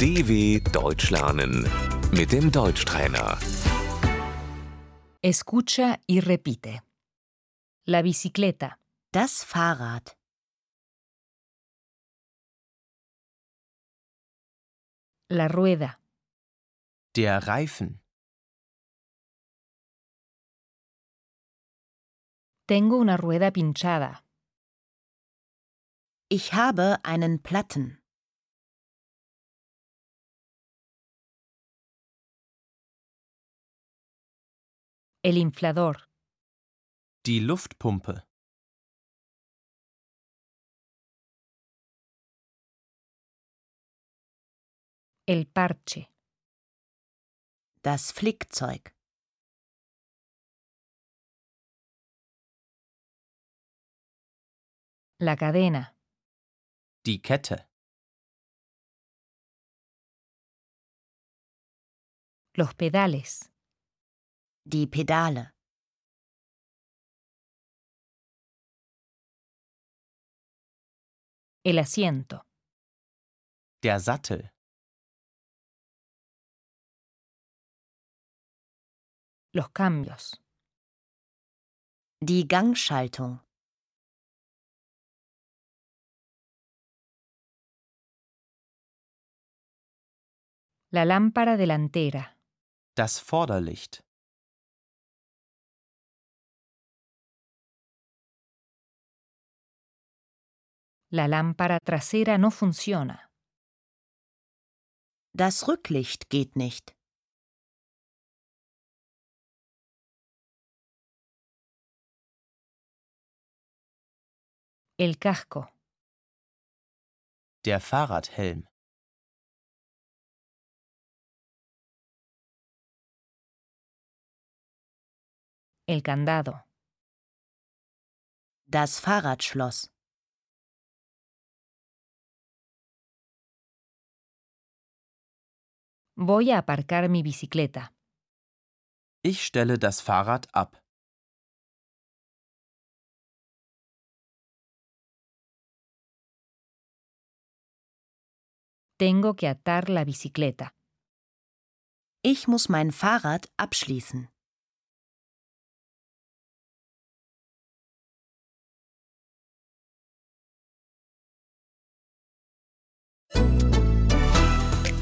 DW Deutsch lernen mit dem Deutschtrainer. Escucha y repite. La bicicleta, Das Fahrrad. la rueda, Der Reifen. tengo una rueda pinchada, Ich habe einen Platten. el inflador, Die Luftpumpe. el parche, Das Flickzeug. la cadena, Die Kette. los pedales, Die Pedale. el asiento, Der Sattel. los cambios, Die Gangschaltung. la lámpara delantera, Das Vorderlicht. la lámpara trasera no funciona, Das Rücklicht geht nicht. el casco, Der Fahrradhelm. el candado, Das Fahrradschloss. voy a aparcar mi bicicleta, Ich stelle das Fahrrad ab. tengo que atar la bicicleta, Ich muss mein Fahrrad abschließen.